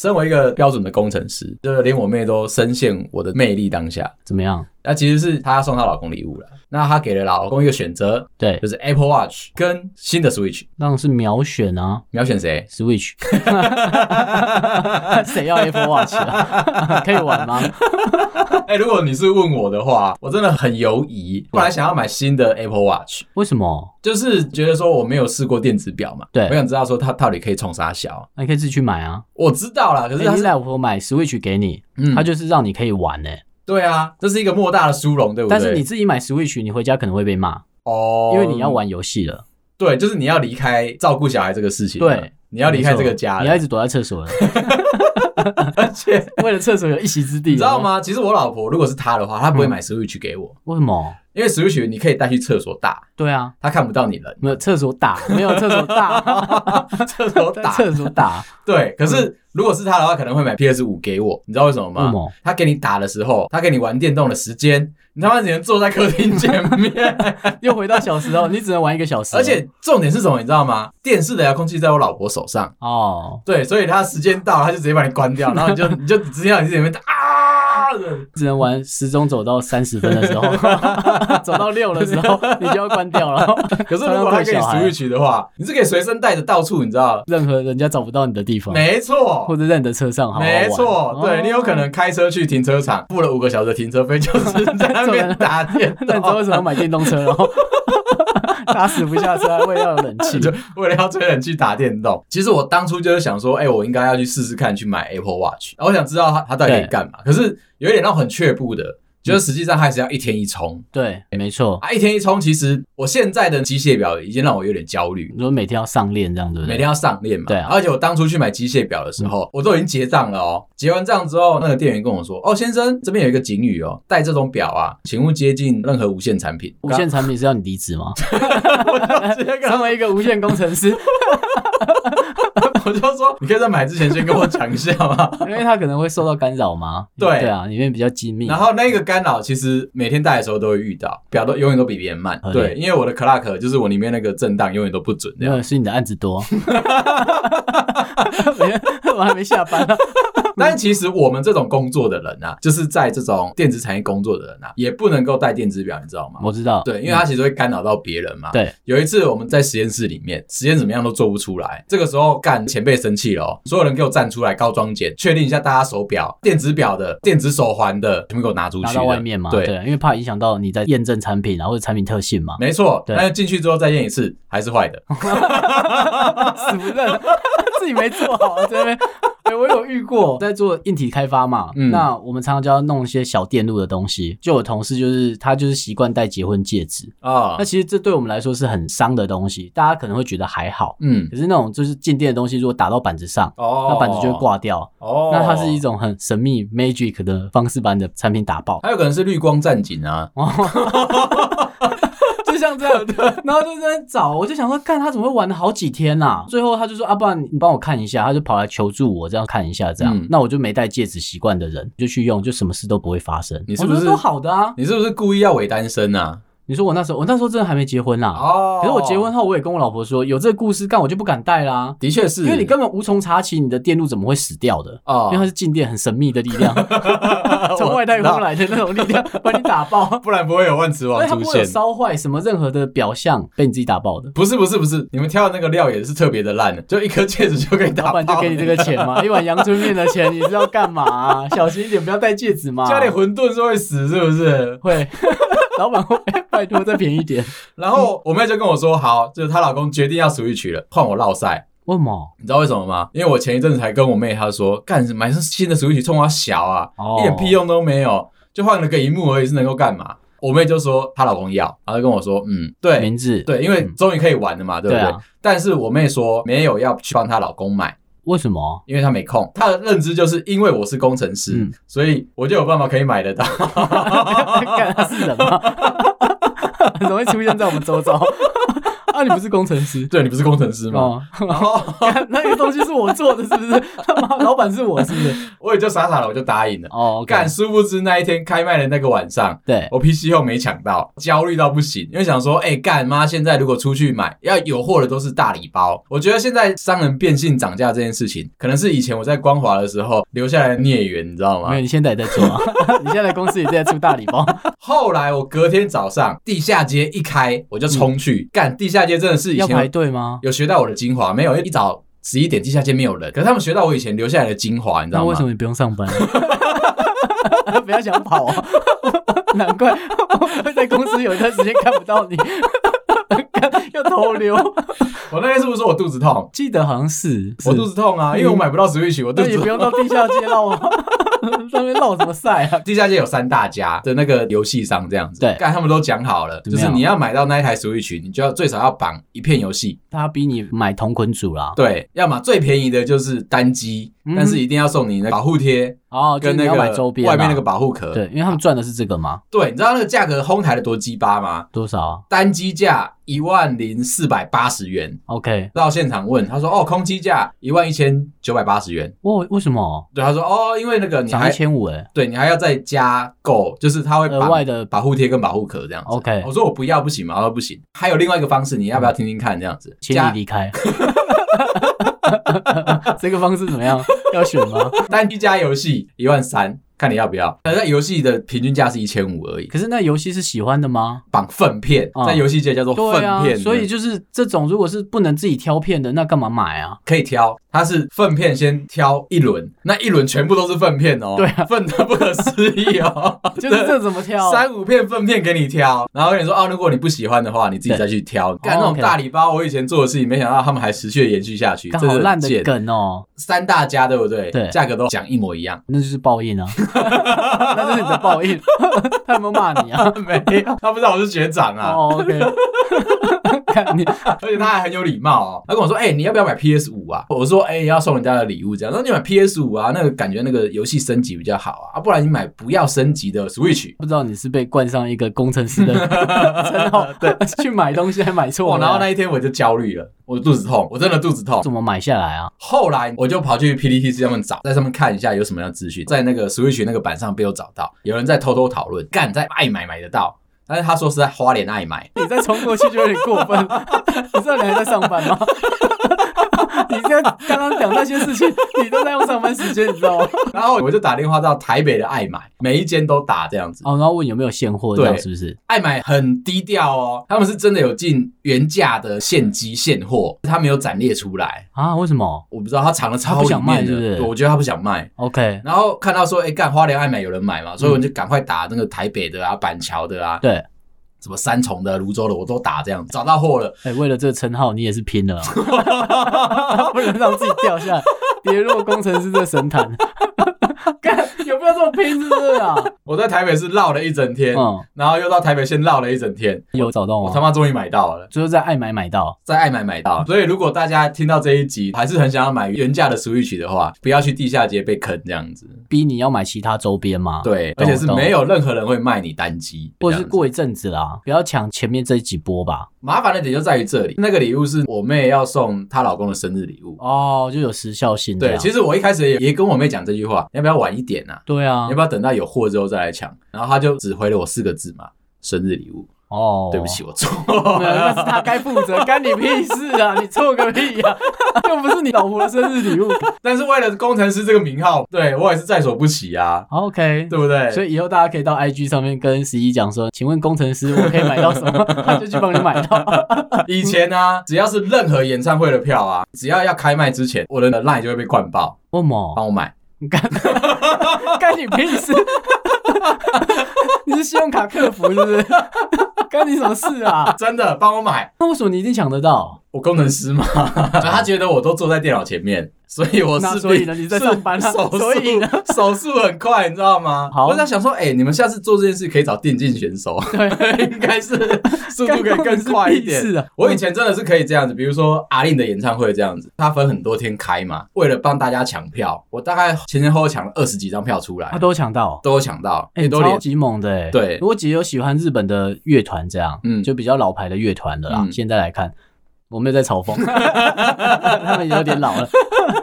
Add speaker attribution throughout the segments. Speaker 1: 身为一个标准的工程师，就是连我妹都深陷我的魅力当下。
Speaker 2: 怎么样？
Speaker 1: 那其实是她送她老公礼物了，那她给了老公一个选择，
Speaker 2: 对
Speaker 1: 就，是 Apple Watch 跟新的 Switch，
Speaker 2: 当然是秒选啊
Speaker 1: 你要选 谁？
Speaker 2: ，Switch。谁要 Apple Watch 啊？ 可以玩吗？
Speaker 1: 哎、如果你是问我的话，我真的很犹疑。本来想要买新的 Apple Watch，
Speaker 2: 为什么？
Speaker 1: 就是觉得说我没有试过电子表嘛，
Speaker 2: 对
Speaker 1: 我想知道说它到底可以冲啥小。
Speaker 2: 那你可以自己去买啊。
Speaker 1: 我知道啦，可是
Speaker 2: 欸
Speaker 1: 它
Speaker 2: 你
Speaker 1: 是、
Speaker 2: 老婆买 Switch 给你，
Speaker 1: 嗯
Speaker 2: 它就是让你可以玩呢、欸
Speaker 1: 对啊，这是一个莫大的殊荣，对不对？
Speaker 2: 但是你自己买 Switch，你回家可能会被骂，
Speaker 1: 哦，
Speaker 2: 因为你要玩游戏了，
Speaker 1: 对，就是你要离开照顾小孩这个事情，啊
Speaker 2: 对，
Speaker 1: 你要离开这个家了，
Speaker 2: 你要一直躲在 厕所了，
Speaker 1: 而且
Speaker 2: 为了厕所有一席之地，
Speaker 1: 你知道？吗？其实我老婆如果是她的话，她不
Speaker 2: 嗯
Speaker 1: 会买 Switch 给我，
Speaker 2: 为什么？
Speaker 1: 因为 Switch 你可以带去厕所打，
Speaker 2: 对啊，
Speaker 1: 她看不到你人，
Speaker 2: 没有厕所打，没有厕所 打，
Speaker 1: 厕所
Speaker 2: 在
Speaker 1: 打，
Speaker 2: 厕所打，
Speaker 1: 对。可是如果是她的话，可能会买 PS 五给我，你知道为什么
Speaker 2: 为什
Speaker 1: 吗？
Speaker 2: 么？
Speaker 1: 她给你打的时候，她给你玩电动的时间，你他妈只能坐在客厅前 面，
Speaker 2: 又回到小时候，你只能玩一个小时，
Speaker 1: 而且重点是什么，你知道吗？电视的遥控器在我老婆手上，
Speaker 2: 哦，
Speaker 1: 对，所以她时间到了，她就直接把你关掉，然后你就你就只听到你在里面打啊，
Speaker 2: 只能 玩时钟走到三十分的时候，走到六的时候，你就要关掉了。
Speaker 1: 可是如果他给你 Switch 的话，你是可以随身带着到处，你知道？
Speaker 2: 任何人家找不到你的地方，
Speaker 1: 没
Speaker 2: 或
Speaker 1: 错，
Speaker 2: 者在你的车上好好玩，
Speaker 1: 没错，
Speaker 2: 哦
Speaker 1: 对你有可能开车去停车场，付了五个小时的停车费，就是在那边打电
Speaker 2: 那你知道 为
Speaker 1: 动，
Speaker 2: 什么要买电 动车哦？打死不下车，为了有冷气。
Speaker 1: 就为了要吹冷气打电动。其实我当初就是想说，哎，我应该要去试试看去买 Apple Watch，然后我啊想知道它它到底可以干嘛。可
Speaker 2: 嗯
Speaker 1: 是有一点让我很却步的，就是实际上还是要一天一充
Speaker 2: 对，没错。
Speaker 1: 啊，一天一充。其实我现在的机械表已经让我有点焦虑，
Speaker 2: 你说每天要上链这样，对不
Speaker 1: 每
Speaker 2: 对？
Speaker 1: 天要上链嘛。
Speaker 2: 对啊嗯
Speaker 1: 而且我当初去买机械表的时候，我都已经结账了哦。结完账之后，那个店员跟我说：“哦，先生，这边有一个警语哦，带这种表啊，请勿接近任何无线产品。”
Speaker 2: 无线产品是要你离 职吗？
Speaker 1: 我直接 跟他
Speaker 2: 身为一个无线工程师，
Speaker 1: 我就说：“你可以在买之前先跟我讲一下吗
Speaker 2: 因为他可能会受到干扰嘛。
Speaker 1: 对
Speaker 2: 对啊，里面比较机？”密。
Speaker 1: 然后那个干扰其实每天戴的时候都会遇到，表都永远都比别人慢
Speaker 2: 合。理
Speaker 1: 对，因为我的 clock 就是我里面那个震荡永远都不准这
Speaker 2: 没
Speaker 1: 样。
Speaker 2: 有是你的案 子多，我还没下班呢、
Speaker 1: 但其实我们这种工作的人啊，就是在这种电子产业工作的人啊，也不能够戴电子表，你知道吗？
Speaker 2: 我知道，
Speaker 1: 对，因为它其实会干扰到别人嘛。
Speaker 2: 嗯对，
Speaker 1: 有一次我们在实验室里面，实验怎么样都做不出来，这个时候干前辈生气了、哦，所有人给我站出来高装检，确定一下大家手表、电子表的、电子手环的，全部给我拿出去
Speaker 2: 拿
Speaker 1: 了，
Speaker 2: 到外面嘛，
Speaker 1: 对。
Speaker 2: 因为怕影响到你在验证产品啊或者产品特性嘛，
Speaker 1: 没错，
Speaker 2: 对哦
Speaker 1: 那进去之后再验一次，还是坏的。
Speaker 2: 死不认， 自己没做好在那边。哎、 我有遇过，在做硬体开发嘛，
Speaker 1: 嗯
Speaker 2: 那我们常常就要弄一些小电路的东西。就有同事就是他就是习惯戴结婚戒指，
Speaker 1: 啊
Speaker 2: 那，其实这对我们来说是很伤的东西，大家可能会觉得还好，
Speaker 1: 嗯，
Speaker 2: 可是那种就是静电的东西，如果打到板子上，
Speaker 1: 哦，
Speaker 2: 那板子就会。挂掉。
Speaker 1: 哦，
Speaker 2: 那它是一，种很神秘 magic 的方式把你的产品打爆，
Speaker 1: 还有可能是绿光战警啊。
Speaker 2: 哦就像这样的。 然后就在那边找，我就想说，看他怎么会玩了好几天呐、最后他就说啊，不然你帮我看一下，他就跑来求助我，这样看一下这样。
Speaker 1: 嗯
Speaker 2: 那我就没戴戒指习惯的人就去用，就什么事都不会发生。
Speaker 1: 你是不是
Speaker 2: 我说都好的啊？
Speaker 1: 你是不是故意要伪单身啊？
Speaker 2: 你说我那时候，我那时候真的还没结婚啦、
Speaker 1: 哦
Speaker 2: 可是我结婚，后，我也跟我老婆说，有这个故事干，我就不敢戴啦。
Speaker 1: 的确是，
Speaker 2: 因为你根本无从查起你的电路怎么会死掉的，
Speaker 1: 哦
Speaker 2: 因为它是静电很神秘的力 量， 从外太空来的那种力 量把你打爆。
Speaker 1: 不然不会有万磁
Speaker 2: 所
Speaker 1: 王
Speaker 2: 以它
Speaker 1: 出
Speaker 2: 不会有
Speaker 1: 现。
Speaker 2: 烧坏什么任何的表象被你自己打爆的，
Speaker 1: 不是不是不是，你们挑的那个料也是特别的 烂，就一颗戒指就可以打 爆
Speaker 2: 老板
Speaker 1: 你，
Speaker 2: 就给 你这个钱 嘛，一碗阳春面的钱，你知道干嘛啊、小心一点，不要戴戒指嘛。
Speaker 1: 加点馄饨是会死是不 是？
Speaker 2: 会，老板会拜托再便宜一点。
Speaker 1: 然后我妹就跟我说，好，就是她老公决定要属于娶了，换我落赛。
Speaker 2: 为什么？
Speaker 1: 你知道为什么吗？因为我前一阵子才跟我妹她说，干买上新的 Switch 冲我小啊，
Speaker 2: 哦
Speaker 1: 一点屁用都没有，就换了个荧幕而已，是能够干嘛？我妹就说她老公要，然后就跟我说，嗯，对
Speaker 2: 名字？
Speaker 1: 对，因为终于可以玩了嘛，对不对？
Speaker 2: 嗯对啊
Speaker 1: 但是我妹说没有要去帮她老公买，
Speaker 2: 为什 么？
Speaker 1: 因为她没空。她的认知就是因为我是工程师，
Speaker 2: 嗯
Speaker 1: 所以我就有办法可以买得到。？
Speaker 2: 干他是人吗？很容易出现在我们周遭。啊，啊，你不是工程师
Speaker 1: 对你不是工程师吗？
Speaker 2: 哦，
Speaker 1: 然后
Speaker 2: 干 那个东西是我做的，是不 是？他妈，老板是我，是不是？
Speaker 1: 我也就傻傻的我就答应了。
Speaker 2: 哦，
Speaker 1: 干，殊不知那一天开卖的那个晚上，
Speaker 2: 对，
Speaker 1: 我 PC 后没抢到，焦虑到不行，因为想说，哎、干妈，现在如果出去买，要有货的都是大礼包。我觉得现在商人变性涨价这件事情，可能是以前我在光华的时候留下来的孽缘，你知道
Speaker 2: 没
Speaker 1: 吗
Speaker 2: 有，？你现在也在做 啊，你现在公司也在出大礼包，
Speaker 1: 后来我隔天早上地下街一开，我就冲去干、地下街，真的是以
Speaker 2: 嗯要排
Speaker 1: 前
Speaker 2: 队吗？
Speaker 1: 有学到我的精华，没有因为一早。十一点地下街没有人，可是他们学到我以前留下来的精华，你知
Speaker 2: 那
Speaker 1: 道
Speaker 2: 为什
Speaker 1: 吗？
Speaker 2: 么你不用上班？ 不要想跑啊！ 难怪 我会在公司有一段时间看不到你， 要偷溜。
Speaker 1: 我那天是不是说我肚子痛？
Speaker 2: 记得好像是，嗯
Speaker 1: 我肚子痛啊，因为我买不到 Switch，我肚
Speaker 2: 那
Speaker 1: 子
Speaker 2: 也
Speaker 1: 痛
Speaker 2: 不用到地下街绕啊， 上面绕什么赛啊？
Speaker 1: 地下街有三大家的那个游戏商这样子，
Speaker 2: 对
Speaker 1: 干他们都讲好了，
Speaker 2: 怎
Speaker 1: 就
Speaker 2: 么样
Speaker 1: 是你要买到那一台 Switch，你就要最少要绑一片游戏，
Speaker 2: 他逼你买同捆组啦，
Speaker 1: 对，要么最便宜的就是单机，
Speaker 2: 嗯
Speaker 1: 但是一定要送你那个保护贴
Speaker 2: 哦，就是
Speaker 1: 跟那
Speaker 2: 你要
Speaker 1: 个
Speaker 2: 买周边啦，
Speaker 1: 外面那个保护壳，
Speaker 2: 对，因为他们赚的是这个嘛，
Speaker 1: 对，你知道那个价格哄抬的多鸡巴吗？
Speaker 2: 多少啊
Speaker 1: 单机价一万零四百八十元，
Speaker 2: ？OK，
Speaker 1: 到现场问他说哦，空机价一万一千九百八十元，
Speaker 2: 哇，哦为什么
Speaker 1: 对，他说哦，因为那个你
Speaker 2: 涨
Speaker 1: 还
Speaker 2: 一千五？哎，
Speaker 1: 对你还要再加购，就是他会
Speaker 2: 额
Speaker 1: 绑
Speaker 2: 外的
Speaker 1: 保护贴跟保护壳这样子。
Speaker 2: OK
Speaker 1: 我说我不要不行吗？他说不行。还有另外一个方式，你要不要听听看这样子？
Speaker 2: 请你离开。 这个方式怎么样？要选吗？
Speaker 1: 单机加游戏一万三，看你要不要。呃那在游戏的平均价是一千五而已，
Speaker 2: 可是那游戏是喜欢的吗？
Speaker 1: 绑粪片，
Speaker 2: 嗯
Speaker 1: 在游戏界叫做粪
Speaker 2: 对啊
Speaker 1: 哦片，，
Speaker 2: 所以就是这种，如果是不能自己挑片的，那干嘛买 啊？
Speaker 1: 可以挑。它是粪片先挑一轮，那一轮全部都是粪片哦，
Speaker 2: 对
Speaker 1: 啊， 粪的不可思议哦，
Speaker 2: 就是这怎么挑？
Speaker 1: 三五片粪片给你挑，然后跟你说哦，如果你不喜欢的话，你自己再去挑。干那
Speaker 2: 哦
Speaker 1: 种
Speaker 2: ，OK
Speaker 1: 大礼包，我以前做的事情，没想到他们还持续的延续下去，
Speaker 2: 刚
Speaker 1: 真
Speaker 2: 好
Speaker 1: 的
Speaker 2: 烂
Speaker 1: 很
Speaker 2: 的
Speaker 1: 贱。
Speaker 2: 梗哦，
Speaker 1: 三大家对不对？
Speaker 2: 对
Speaker 1: 价格都讲一模一 样。
Speaker 2: 那就是 报应啊，那就是你的报应。 他有没有骂你 啊？
Speaker 1: 没有，他不知道我是学长啊，
Speaker 2: 哦，OK，看你
Speaker 1: 而且他还很有礼貌哦。他跟我说：“哎、你要不要买 PS 五啊？”我说：“哎、要送人家的礼物这样。”那你买 PS 五啊，那个感觉那个游戏升级比较好啊，啊不然你买不要升级的 Switch。
Speaker 2: 不知道你是被冠上一个工程师的 称号，对， 去买东西还买错
Speaker 1: 哦，
Speaker 2: 了，啊
Speaker 1: 然后那一天我就焦虑了，我肚子痛，我真的肚子痛
Speaker 2: 怎。么买下来啊？
Speaker 1: 后来我就跑去 PPT 上面找，在上面看一下有什么样的资讯，在那个 Switch 那个版上被我找到，有人在偷偷讨论，干在爱买买得到，但是他说是在花莲爱买，
Speaker 2: 你再冲过去就有点过分。 你知道你还在上班吗？ 你这刚刚讲那些事情，你都在用上班时间，你知道吗？
Speaker 1: 然后我就打电话到台北的爱买，每一间都打这样子。
Speaker 2: 哦，然后问有没有现货，这
Speaker 1: 对
Speaker 2: 样是不是？
Speaker 1: 爱买很低调哦，他们是真的有进原价的现机现货，他没有展列出来。
Speaker 2: 啊，为什么
Speaker 1: 我不知道他藏的超
Speaker 2: 他不
Speaker 1: 里
Speaker 2: 想
Speaker 1: 面
Speaker 2: 卖是
Speaker 1: 的
Speaker 2: 不是
Speaker 1: 对我觉得他不想卖。
Speaker 2: ？OK，
Speaker 1: 然后看到说，哎、干花莲爱买有人买嘛，所以我就赶快打那个台北的啊、板桥的啊、
Speaker 2: 对，
Speaker 1: 什么三重的、泸州的，我都打这样，找到货了。
Speaker 2: 哎、为了这个称号，你也是拼了、啊， 不能让自己掉下来，跌落工程师的神坛。 干，有必要这么拼是不是啊？
Speaker 1: 我在台北是绕了一整天，
Speaker 2: 嗯，
Speaker 1: 然后又到台北县绕了一整天，
Speaker 2: 有找到
Speaker 1: 我他
Speaker 2: 吗？
Speaker 1: 妈终于买到了，
Speaker 2: 最后在爱买买到，
Speaker 1: 在爱买买
Speaker 2: 嗯
Speaker 1: 到。所以如果大家听到这一集还是很想要买原价的 Switch 的话，不要去地下街被坑这样子。
Speaker 2: 逼你要买其他周边吗？，
Speaker 1: 对，而
Speaker 2: 啊懂
Speaker 1: 且是没有任何人会卖你单机，
Speaker 2: 或者
Speaker 1: 这
Speaker 2: 是
Speaker 1: 样子
Speaker 2: 过一阵子啦，不要抢前面这几波吧。
Speaker 1: 麻烦的点就在于这里，那个礼物是我妹要送她老公的生日礼物。
Speaker 2: 哦，就有时效性这
Speaker 1: 对，
Speaker 2: 样。
Speaker 1: 其实我一开始也也跟我妹讲这句话，要不要晚一点啊？
Speaker 2: 对啊
Speaker 1: 你要，不要等到有货之后再来抢？然后她就只回了我四个字嘛，生日礼物。
Speaker 2: 哦，
Speaker 1: 对不起，我错
Speaker 2: 没有，那是
Speaker 1: 了。
Speaker 2: 他该负责，干你屁事啊！ 你错个屁呀、又不是你老婆的生日礼 物。
Speaker 1: 但是为了工程师这个名号，对我也是在所不惜啊，
Speaker 2: 好哦 OK，
Speaker 1: 对不对？
Speaker 2: 所以以后大家可以到 IG 上面跟十一讲说，请问工程师我可以买到什么？ 他就去帮你 买到。
Speaker 1: 以前啊，只要是任何演唱会的票啊，只要要开卖之前，我的 line 就会被灌爆，
Speaker 2: 问么？
Speaker 1: 帮我买。
Speaker 2: 你干哦干你屁事？ 你是信用卡客服是不是？ 干你什么事啊？
Speaker 1: 真的帮我买，
Speaker 2: 那为什么你一定抢得到？
Speaker 1: 我工程师 嘛，他觉得我都坐在电脑前面，所以我
Speaker 2: 那
Speaker 1: 哦是
Speaker 2: 所以呢你在上班啊
Speaker 1: 手速
Speaker 2: 所以呢
Speaker 1: 手速很快，你知道吗？
Speaker 2: 好
Speaker 1: 我在想说，哎、你们下次做这件事可以找电竞选手，
Speaker 2: 对，
Speaker 1: 应该是速度可以更快一点。
Speaker 2: 是啊，
Speaker 1: 我以前真的是可以这样子，比如说阿令的演唱会这样子，他分很多天开嘛，为了帮大家抢票，我大概前前后后抢了二十几张票出来，
Speaker 2: 他都有抢到。
Speaker 1: 都有抢到，
Speaker 2: 啊哎、
Speaker 1: 也都连
Speaker 2: 超级猛的哎、
Speaker 1: 对
Speaker 2: 如果姐有喜欢日本的乐团这样，
Speaker 1: 嗯
Speaker 2: 就比较老牌的乐团的啦。
Speaker 1: 嗯
Speaker 2: 现在来看，我没有在 嘲讽，他们有点老了。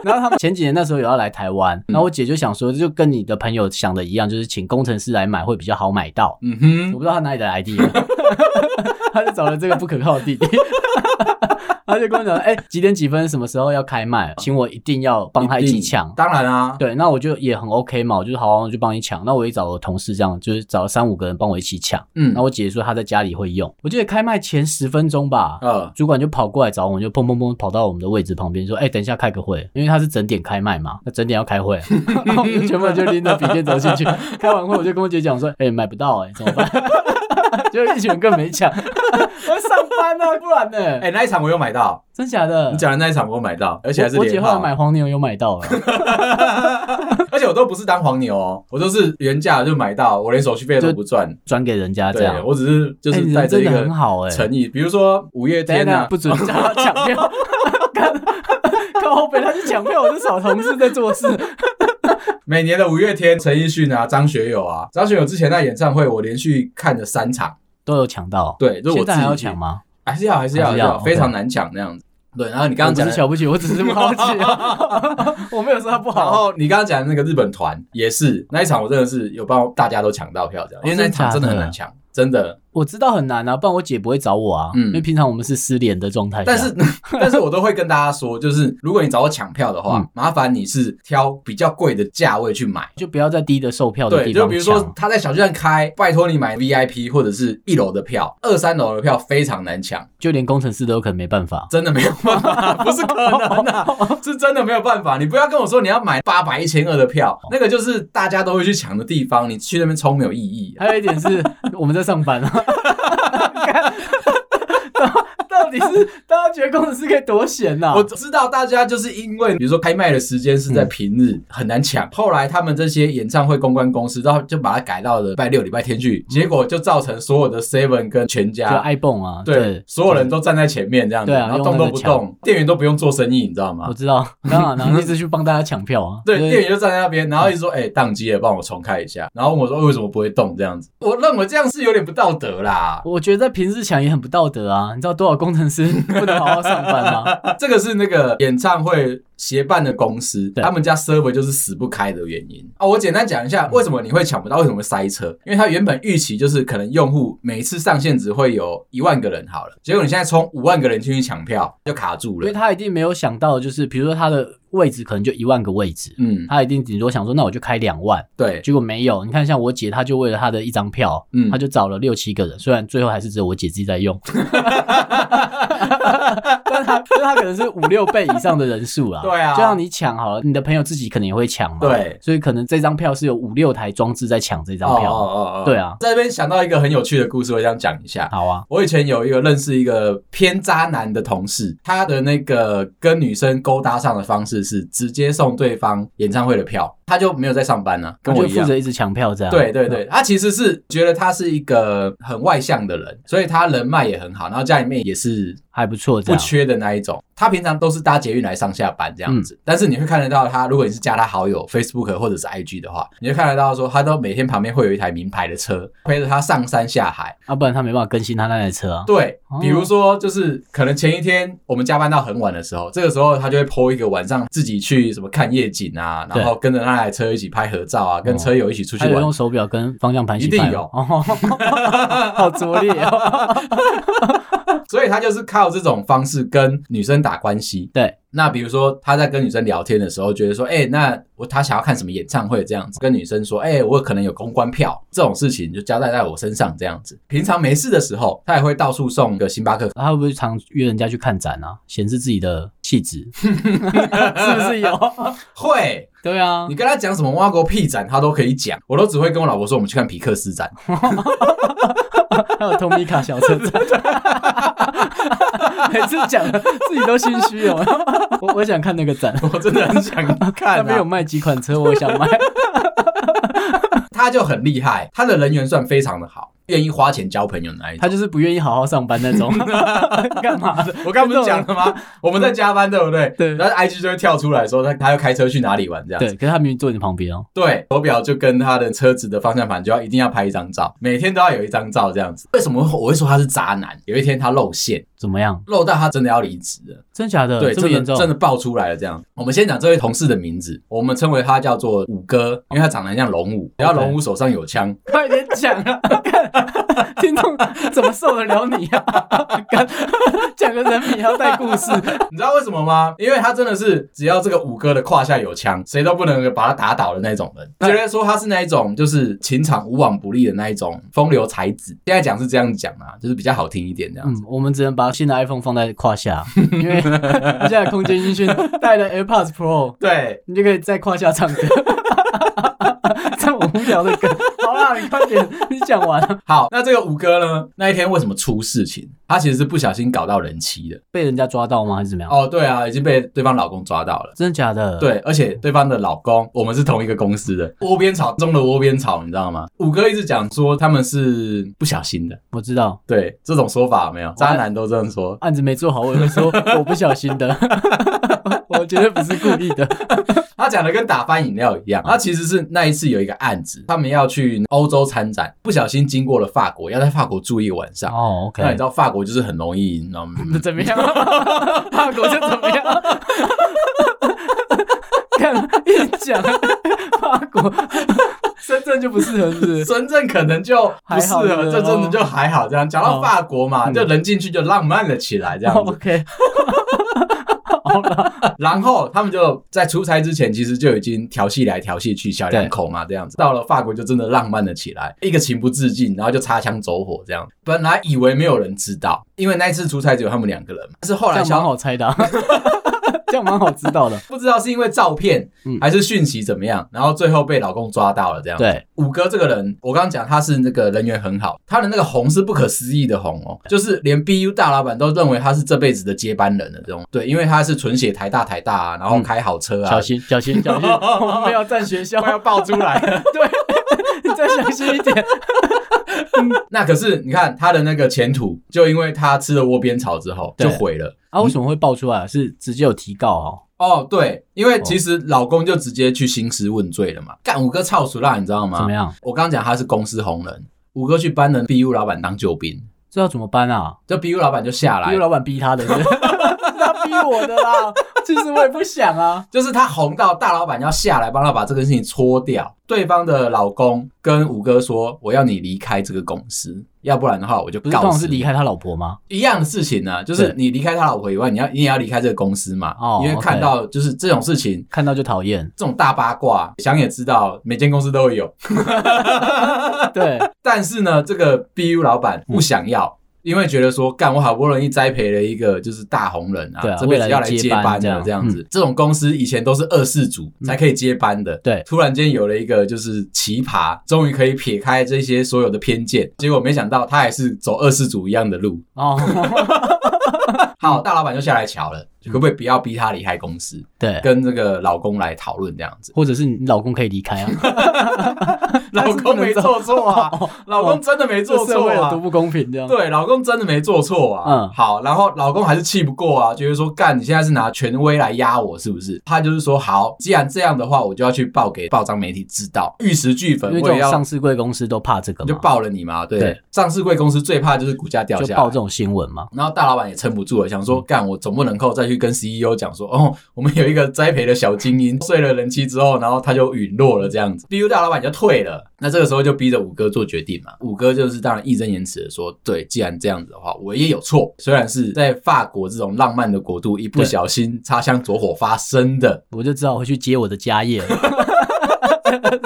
Speaker 2: 然后他们前几年那时候有要来台湾，
Speaker 1: 嗯
Speaker 2: 然后我姐就想说，就跟你的朋友想的一样，就是请工程师来买会比较好买到。
Speaker 1: 嗯
Speaker 2: 我
Speaker 1: 哼，
Speaker 2: 不知道他哪里来的 idea，他就找了这个不可靠的弟弟， 他就跟我讲，哎、几点几分什么时候要开卖，请我一定要帮他一起抢。
Speaker 1: 当然啊，
Speaker 2: 对，那我就也很 OK 嘛，我就好，我就帮你抢。那我也找我同事这样，就是找了三五个人帮我一起抢。
Speaker 1: 嗯
Speaker 2: 然后我姐说她在家里会用，我记得开卖前十分钟吧，
Speaker 1: 呃，
Speaker 2: 主管就跑过来找我们，就砰砰砰跑到我们的位置旁边说：“哎、等一下开个会，因为他是整点开卖嘛，那整点要开会。”啊 然后我们就全部人就拎着笔电走进去，开完会我就跟我姐讲说：“哎、买不到哎、怎么办？” 就一群人更没抢， 我要上班啊，不然呢？哎、
Speaker 1: 哎，那一场我有买到，
Speaker 2: 真假的？
Speaker 1: 你讲的那一场我有买到，而
Speaker 2: 而
Speaker 1: 且还是
Speaker 2: 我姐
Speaker 1: 连
Speaker 2: 后来
Speaker 1: 号，
Speaker 2: 买黄牛有买到了，
Speaker 1: 而且我都不是当黄牛哦，我都是原价就买到，我连手续费都不赚。
Speaker 2: 转给人啊家这
Speaker 1: 对
Speaker 2: 样，。
Speaker 1: 我只是就
Speaker 2: 哎你
Speaker 1: 是
Speaker 2: 人
Speaker 1: 带着一
Speaker 2: 真的
Speaker 1: 个
Speaker 2: 很好哎、
Speaker 1: 诚意，比如说五月
Speaker 2: 等一下
Speaker 1: 天啊呐
Speaker 2: 等一下，不准叫他抢票， 看靠背他是抢票，我是找同事在做事。
Speaker 1: 每年的五月天、陈奕迅啊、张学友啊，张学友之前那演唱会我连续看了三场，
Speaker 2: 都有抢到，
Speaker 1: 对，就是我
Speaker 2: 现
Speaker 1: 自
Speaker 2: 在
Speaker 1: 己
Speaker 2: 还要
Speaker 1: 去
Speaker 2: 抢吗？
Speaker 1: 还是要还是要
Speaker 2: 还
Speaker 1: 还
Speaker 2: 是
Speaker 1: 是
Speaker 2: 要
Speaker 1: 要，
Speaker 2: ，OK
Speaker 1: 非常难抢那样子。对，然后你刚
Speaker 2: 我
Speaker 1: 刚
Speaker 2: 不
Speaker 1: 讲
Speaker 2: 是
Speaker 1: 的，
Speaker 2: 瞧不起，我只是好奇、 我没有说他不
Speaker 1: 然
Speaker 2: 好。
Speaker 1: 后你刚刚讲的那个日本团也是那一场，我真的是有帮大家都抢到票，这
Speaker 2: 哦
Speaker 1: 样，因为那一场真的很难抢，真的。
Speaker 2: 我知道很难啊，不然我姐不会找我啊，
Speaker 1: 嗯
Speaker 2: 因为平常我们是失联的状态下。
Speaker 1: 但是 但是我都会跟大家说，就是如果你找我抢票的话
Speaker 2: 嗯，
Speaker 1: 麻烦你是挑比较贵的价位去买。
Speaker 2: 就不要在低的售票的
Speaker 1: 对，
Speaker 2: 地
Speaker 1: 就
Speaker 2: 方
Speaker 1: 比如说
Speaker 2: 抢
Speaker 1: 他在小巨蛋开，拜托你买 VIP 或者是一楼的票，二三楼的票非常难抢，
Speaker 2: 就连工程师都有可能没办法。
Speaker 1: 真的没有办法，不是可能啊， 是真的没有办法。你不要跟我说你要买八百一千二的票，
Speaker 2: 哦
Speaker 1: 那个就是大家都会去抢的地方，你去那边冲没有意义、啊。
Speaker 2: 还有一点 是我们在上班 啊。到到底是大家觉得工程师可以多闲啊呐、
Speaker 1: 我知道大家就是因为，比如说开卖的时间是在平日，
Speaker 2: 嗯
Speaker 1: 很难抢。后来他们这些演唱会公关公司，然后就把它改到了礼拜六、礼拜天去，结果就造成所有的 Seven 跟全
Speaker 2: 就
Speaker 1: 家。
Speaker 2: iPhone 啊，
Speaker 1: 对，所有人都站在前面这样子，
Speaker 2: 对啊
Speaker 1: 然后动都不
Speaker 2: 用那个
Speaker 1: 动，店员都不用做生意，你知道吗
Speaker 2: 我？知道，当然然后一直去帮大家抢票
Speaker 1: 啊
Speaker 2: 啊。
Speaker 1: 对，
Speaker 2: 就是
Speaker 1: 店员就站在那边，然后一直说：“哎、宕机了，帮我重开一下。”然后问我说：“为什么不会动？”这样子，我认为这样是有点不道德啦。
Speaker 2: 我觉得在平日抢也很不道德啊！你知道多少工程师 不能好好上班吗？
Speaker 1: 这个是那个演唱会协办的公司，
Speaker 2: 对
Speaker 1: 他们家 server 就是死不开的原因啊。我简单讲一下，为什么你会抢不到，为什么会塞车？因为它原本预期就是可能用户每次上线只会有一万个人好了，结果你现在冲五万个人进去抢票，就卡住
Speaker 2: 因为
Speaker 1: 了。
Speaker 2: 他一定没有想到，就是比如说他的位置可能就一万个位置，
Speaker 1: 嗯，
Speaker 2: 他一定顶多想说那我就开两万，
Speaker 1: 对，
Speaker 2: 结果没有。你看像我姐，她就为了她的一张票，
Speaker 1: 嗯
Speaker 2: 她就找了六七个人，虽然最后还是只有我姐自己在用， 但她但她可能是五六倍以上的人数啦。
Speaker 1: 对啊
Speaker 2: 就让你抢好了，你的朋友自己可能也会抢嘛。，
Speaker 1: 对。
Speaker 2: 所以可能这张票是有五六台装置在抢这张票。
Speaker 1: 哦
Speaker 2: 对啊，
Speaker 1: 在这边想到一个很有趣的故事，我想讲一下。
Speaker 2: 好啊，
Speaker 1: 我以前有一个认识一个偏渣男的同事，他的那个跟女生勾搭上的方式是直接送对方演唱会的票，他就没有在上班呢、跟我
Speaker 2: 就
Speaker 1: 一
Speaker 2: 负
Speaker 1: 样。
Speaker 2: 责一直抢票这样。
Speaker 1: 对对对，他其实是觉得他是一个很外向的人，所以他人脉也很好，然后家里面也是
Speaker 2: 还不错，这
Speaker 1: 不
Speaker 2: 样
Speaker 1: 缺的那一种。他平常都是搭捷运来上下班这样
Speaker 2: 嗯
Speaker 1: 子，但是你会看得到他，如果你是加他好友 Facebook 或者是 IG 的话，你会看得到说他都每天旁边会有一台名牌的车陪着他上山下海，
Speaker 2: 啊，不然他没办法更新他那台车啊。
Speaker 1: 对
Speaker 2: 哦，
Speaker 1: 比如说就是可能前一天我们加班到很晚的时候，这个时候他就会 PO 一个晚上自己去什么看夜景啊，
Speaker 2: 对哦
Speaker 1: 然后跟着那台车一起拍合照啊，跟车友一起出去
Speaker 2: 他有
Speaker 1: 玩。
Speaker 2: 用手表跟方向盘一起
Speaker 1: 一定
Speaker 2: 摆吗
Speaker 1: 有
Speaker 2: 哦， 好拙劣哦。
Speaker 1: 所以他就是靠这种方式跟女生打关系。
Speaker 2: 对，
Speaker 1: 那比如说他在跟女生聊天的时候，觉得说，哎、那我他想要看什么演唱会这样子，跟女生说，哎、我可能有公关票这种事情就交代在我身上这样子。平常没事的时候，他也会到处送个星巴克
Speaker 2: 他会不会常约人家去看展啊？显示自己的气 质，是不是有？
Speaker 1: 会。
Speaker 2: 对啊
Speaker 1: 你，跟他讲什么挖国屁展，他都可以讲。我都只会跟我老婆说，我们去看皮克斯展。
Speaker 2: 还有托米卡小车 站，每次讲的自己都心虚哦。我我想看那个展，
Speaker 1: 我真的很想
Speaker 2: 那
Speaker 1: 看、
Speaker 2: 边有
Speaker 1: 啊。
Speaker 2: 卖几款车，我想买。
Speaker 1: 他就很厉害，他的人缘算非常的好，愿意花钱交朋友那一种。
Speaker 2: 他就是不愿意好好上班那种， 干嘛的？
Speaker 1: 我刚不是讲了吗？我们在加班，对不对？
Speaker 2: 对
Speaker 1: 然后 IG 就会跳出来说他他要开车去哪里玩这样
Speaker 2: 对
Speaker 1: 子。，
Speaker 2: 可是他明明坐你旁边哦。
Speaker 1: 对，手表就跟他的车子的方向盘就要一定要拍一张照，每天都要有一张照这样子。为什么我会说他是渣男？有一天他露馅，
Speaker 2: 怎么样？
Speaker 1: 漏到他真的要离职了，
Speaker 2: 真假的？
Speaker 1: 对，
Speaker 2: 呃这么
Speaker 1: 真
Speaker 2: 严
Speaker 1: 的
Speaker 2: 重？
Speaker 1: 真的爆出来了。这样，我们先讲这位同事的名字，我们称为他叫做五哥，因为他长得很像龙武，然后龙武手上有枪，
Speaker 2: 快点讲啊！干 听众怎么受得了你啊？干讲个人名还要带故事，
Speaker 1: 你知道为什么吗？因为他真的是只要这个五哥的胯下有枪，谁都不能把他打倒的那种人。觉得说他是那一种就是情场无往不利的那一种风流才子。现在讲是这样讲啊，就是比较好听一点这样。
Speaker 2: 嗯，我们只能把新的 iPhone 放在胯下，因为现在空间音讯带了 AirPods Pro，
Speaker 1: 对，
Speaker 2: 你就可以在胯下唱歌。 这么无聊的歌，好啦，你快点，你讲完了，
Speaker 1: 好，那这个五哥呢？那一天为什么出事情？他其实是不小心搞到人妻的。
Speaker 2: 被人家抓到吗？还是怎么样？
Speaker 1: 哦，对啊，已经被对方老公抓到了。
Speaker 2: 真的假的？，
Speaker 1: 对，而且对方的老公，我们是同一个公司的，窝边草中的窝边草，你知道吗？五哥一直讲说他们是不小心的，
Speaker 2: 我知道，
Speaker 1: 对这种说法有没有？渣男都这样说，
Speaker 2: 案子没做好，我也会说我不小心的， 我绝对不是故意的。
Speaker 1: 他讲的跟打翻饮料一样，他其实是那一次有一个案子，他们要去欧洲参展，不小心经过了法国，要在法国住一个晚上。
Speaker 2: 哦，OK，
Speaker 1: 那你知道法国就是很容易，你知道 吗？
Speaker 2: 那怎么样？法国就怎么 样？看，一讲法国，深圳就不适合，是不是？
Speaker 1: 深圳可能就不适
Speaker 2: 还好
Speaker 1: 合，
Speaker 2: 是不是
Speaker 1: 这真的就还好。这样讲到法国嘛，
Speaker 2: 嗯哦
Speaker 1: 就人进去就浪漫了起来，这样子。
Speaker 2: OK，
Speaker 1: 然后他们就在出差之前，其实就已经调戏来调戏去，小两口嘛，这样子。到了法国就真的浪漫了起来，一个情不自禁，然后就擦枪走火这样。本来以为没有人知道，因为那一次出差只有他们两个人嘛，但是后
Speaker 2: 这
Speaker 1: 来
Speaker 2: 样
Speaker 1: 小
Speaker 2: 蛮好猜的啊、 这样蛮好知道的。
Speaker 1: 不知道是因为照片
Speaker 2: 嗯
Speaker 1: 还是讯息怎么样，然后最后被老公抓到了这样。，
Speaker 2: 对，
Speaker 1: 五哥这个人，我刚刚讲他是那个人缘很好，他的那个红是不可思议的红哦，就是连 BU 大老板都认为他是这辈子的接班人的这种。对，因为他是纯血台大台大啊，然
Speaker 2: 嗯
Speaker 1: 后开好车啊，
Speaker 2: 小心，小心，小心！ 我们不要占学 校，
Speaker 1: 快要爆出来了。
Speaker 2: 你再小心一点。
Speaker 1: 那可是你看他的那个前途，就因为他吃了窝边草之后
Speaker 2: 对
Speaker 1: 就毁了。
Speaker 2: 啊，为什么会爆出来？是直接有提告哦。
Speaker 1: 哦，对，因为其实老公就直接去兴师问罪了嘛。干五哥操熟啦，你知道吗？
Speaker 2: 怎么样？
Speaker 1: 我刚刚讲他是公司红人，五哥去搬了 BU 老板当救兵，
Speaker 2: 这要怎么办啊？
Speaker 1: 这 BU 老板就下来
Speaker 2: 因为，老板逼他的，是不是他逼我的啦。其实我也不想 啊。
Speaker 1: 就是他红到大老板要下来帮他把这个事情搓掉。对方的老公跟五哥说：“我要你离开这个公司，要不然的话我就
Speaker 2: 不是通
Speaker 1: 告
Speaker 2: 常
Speaker 1: 死
Speaker 2: 是
Speaker 1: 你。
Speaker 2: 离开他老婆吗？
Speaker 1: 一样的事情呢、啊就是
Speaker 2: 对
Speaker 1: 你离开他老婆以外，你要你也要离开这个公司嘛，
Speaker 2: 哦
Speaker 1: 因为
Speaker 2: OK
Speaker 1: 看到就是这种事情。
Speaker 2: 看到就讨 厌。
Speaker 1: 这种大八卦，想也知道，每间公司都会有。
Speaker 2: 对，
Speaker 1: 但是呢，这个 BU 老板
Speaker 2: 嗯
Speaker 1: 不想要，因为觉得说，干我好不容易栽培了一个就是大红人啊，
Speaker 2: 对啊
Speaker 1: 这辈
Speaker 2: 未来
Speaker 1: 子
Speaker 2: 的
Speaker 1: 要来
Speaker 2: 接
Speaker 1: 接
Speaker 2: 班
Speaker 1: 班
Speaker 2: 这
Speaker 1: 的
Speaker 2: 样嗯
Speaker 1: 这样子。这种公司以前都是二世主才可以接班的，
Speaker 2: 对
Speaker 1: 突然间有了一个就是奇葩，终于可以撇开这些所有的偏见，结果没想到他还是走二世主一样的路。
Speaker 2: 哦，
Speaker 1: 好，大老板就下来瞧了，可不可以不要逼他离开公司，
Speaker 2: 对，
Speaker 1: 跟这个老公来讨论这样子？
Speaker 2: 或者是你老公可以离开啊， 哦
Speaker 1: 老公没做错 啊，老公真的没做
Speaker 2: 这社
Speaker 1: 错
Speaker 2: 会有
Speaker 1: 啊
Speaker 2: 多。不公平这样。
Speaker 1: 对，老公真的没做错啊。
Speaker 2: 嗯
Speaker 1: 好，然后老公还是气不过啊，觉得说干，你现在是拿权威来压我，是不是？他就是说，好，既然这样的话，我就要去报给报章媒体知道，玉石俱
Speaker 2: 因
Speaker 1: 焚
Speaker 2: 为，这
Speaker 1: 我也
Speaker 2: 种
Speaker 1: 要
Speaker 2: 上市贵公司都怕这个
Speaker 1: 我
Speaker 2: 嘛，
Speaker 1: 就爆了你嘛。对，
Speaker 2: 对
Speaker 1: 上市贵公司最怕就是股价掉
Speaker 2: 就
Speaker 1: 下
Speaker 2: 爆这
Speaker 1: 来。
Speaker 2: 种新闻嘛。
Speaker 1: 然后大老板也撑不住了，想
Speaker 2: 嗯
Speaker 1: 说干，我总不能够再去跟 CEO 讲说，哦，我们有一个栽培的小精
Speaker 2: 嗯
Speaker 1: 英，睡了人妻之后，然后他就陨落了这样子。BU 大老板就退了，那这个时候就逼着五哥做决定嘛。五哥就是当然义正言辞的说，对，既然这样子的话，我也有错，虽然是在法国这种浪漫的国度，一不
Speaker 2: 对
Speaker 1: 小心擦枪走火发生的，
Speaker 2: 我就知道我会去接我的家 业，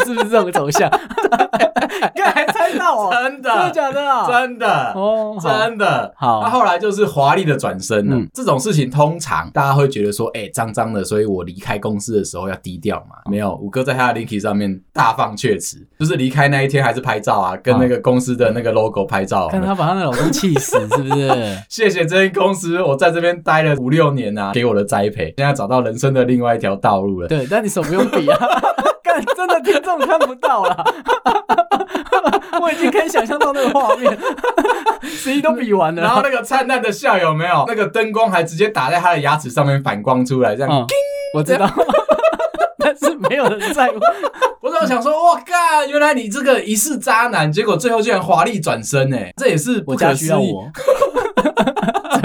Speaker 2: 是不是这种走向？ 干还猜到哦？
Speaker 1: 真
Speaker 2: 真的
Speaker 1: 的，
Speaker 2: 假的啊？
Speaker 1: 真的。
Speaker 2: 哦，好
Speaker 1: 真的
Speaker 2: 好
Speaker 1: 那后来就是华丽的转身了。
Speaker 2: 嗯
Speaker 1: 这种事情通常大家会觉得说，哎、脏脏的，所以我离开公司的时候要低调
Speaker 2: 哦
Speaker 1: 嘛。没有，五哥在他的 Linky 上面大放厥词，就是离开那一天还是拍照啊，跟那个公司的那个 logo 拍照、？
Speaker 2: 看她把她的老公气死，是不是
Speaker 1: 谢谢这间公司，我在这边待了五六年啊，给我的栽培，现在找到人生的另外一条道路了。
Speaker 2: 对，但你手不用比啊， 干真的听众看不到啦。 我已经可以想象到那个画面， 十一都比完了，
Speaker 1: 然后那个灿烂的笑有没有？那个灯光还直接打在他的牙齿上面反光出来，这样。
Speaker 2: 嗯，我知道， 但是没有人 在乎。
Speaker 1: 我怎么想说，哇干，原来你这个一世欸渣男，结果最后居然华丽转身哎，这也是不
Speaker 2: 我
Speaker 1: 可
Speaker 2: 家
Speaker 1: 思
Speaker 2: 需
Speaker 1: 议
Speaker 2: 要。我，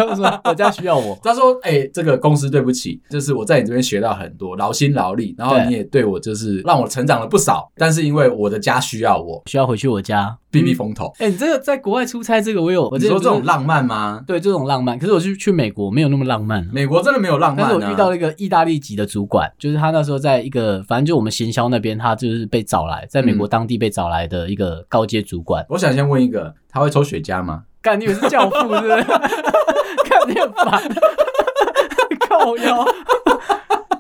Speaker 2: 我说我家需要我，
Speaker 1: 他说：“哎、这个公司对不起，就是我在你这边学到很多，劳心劳力，然后
Speaker 2: 对
Speaker 1: 你也对我就是让我成长了不少。但是因为我的家需要我
Speaker 2: 需要回去我家
Speaker 1: 避避风头。
Speaker 2: 哎、你这个在国外出差，这个我有，我
Speaker 1: 你
Speaker 2: 之前
Speaker 1: 说
Speaker 2: 不
Speaker 1: 这
Speaker 2: 是
Speaker 1: 种浪漫吗？
Speaker 2: 对这种浪漫，可是我去去美国没有那么浪漫。啊
Speaker 1: 美国真的没有浪漫、
Speaker 2: 但
Speaker 1: 啊。
Speaker 2: 是我遇到了一个意大利籍的主管，就是他那时候在一个，反正就我们行销那边，他就是被找来，在美国当地被找来的一个高阶主管。
Speaker 1: 我想先问一个，他会抽雪茄吗？
Speaker 2: 干、你以为是教父是不是？ 看你很烦， 靠腰。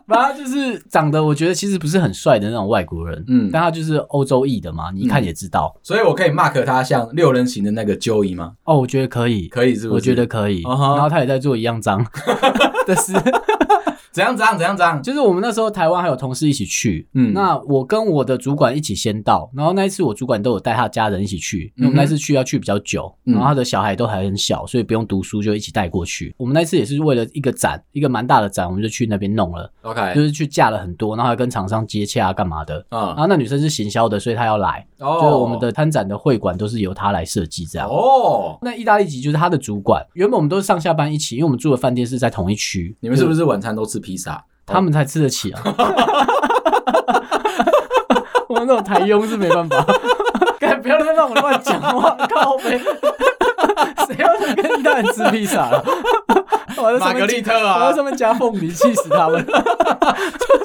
Speaker 2: 反正就是长得，我觉得其实不是很帅的那种外国人，
Speaker 1: 嗯
Speaker 2: 但他就是欧洲裔的嘛，你一看也知道。
Speaker 1: 所以我可以 mark 他像六人行的那个 Joey 吗？
Speaker 2: 哦，我觉得可以，
Speaker 1: 可以是不是？
Speaker 2: 我觉得可以。
Speaker 1: 嗯哼
Speaker 2: 然后他也在做一样脏的事，
Speaker 1: 怎样怎样怎样怎样，
Speaker 2: 就是我们那时候台湾还有同事一起去，
Speaker 1: 嗯
Speaker 2: 那我跟我的主管一起先到，然后那一次我主管都有带他家人一起去，因为
Speaker 1: 嗯
Speaker 2: 我
Speaker 1: 哼
Speaker 2: 们那次去要去比较久，
Speaker 1: 嗯
Speaker 2: 然后他的小孩都还很小，所以不用读书就一起带过去。我们那次也是为了一个展，一个蛮大的展，我们就去那边弄了，就
Speaker 1: OK，
Speaker 2: 是去架了很多，然后还跟厂商接洽啊干嘛的。
Speaker 1: 嗯
Speaker 2: 然，后那女生是行销的，所以她要来，
Speaker 1: 哦
Speaker 2: 就是我们的摊展的会馆都是由她来设计这样。
Speaker 1: 哦，
Speaker 2: 那意大利籍就是她的主管，原本我们都是上下班一起，因为我们住的饭店是在同一区。
Speaker 1: 你们是不
Speaker 2: 是？
Speaker 1: 是晚餐都吃披萨？
Speaker 2: 他们才吃得起啊！ 我们这种台佣是没办法。 干，不要再让我乱讲话，靠背。 谁要想跟意大利人吃披萨 啊？我在
Speaker 1: 玛
Speaker 2: 上
Speaker 1: 格
Speaker 2: 面
Speaker 1: 丽
Speaker 2: 加，
Speaker 1: 特
Speaker 2: 我
Speaker 1: 啊
Speaker 2: 在，上面加凤梨，气死他 们！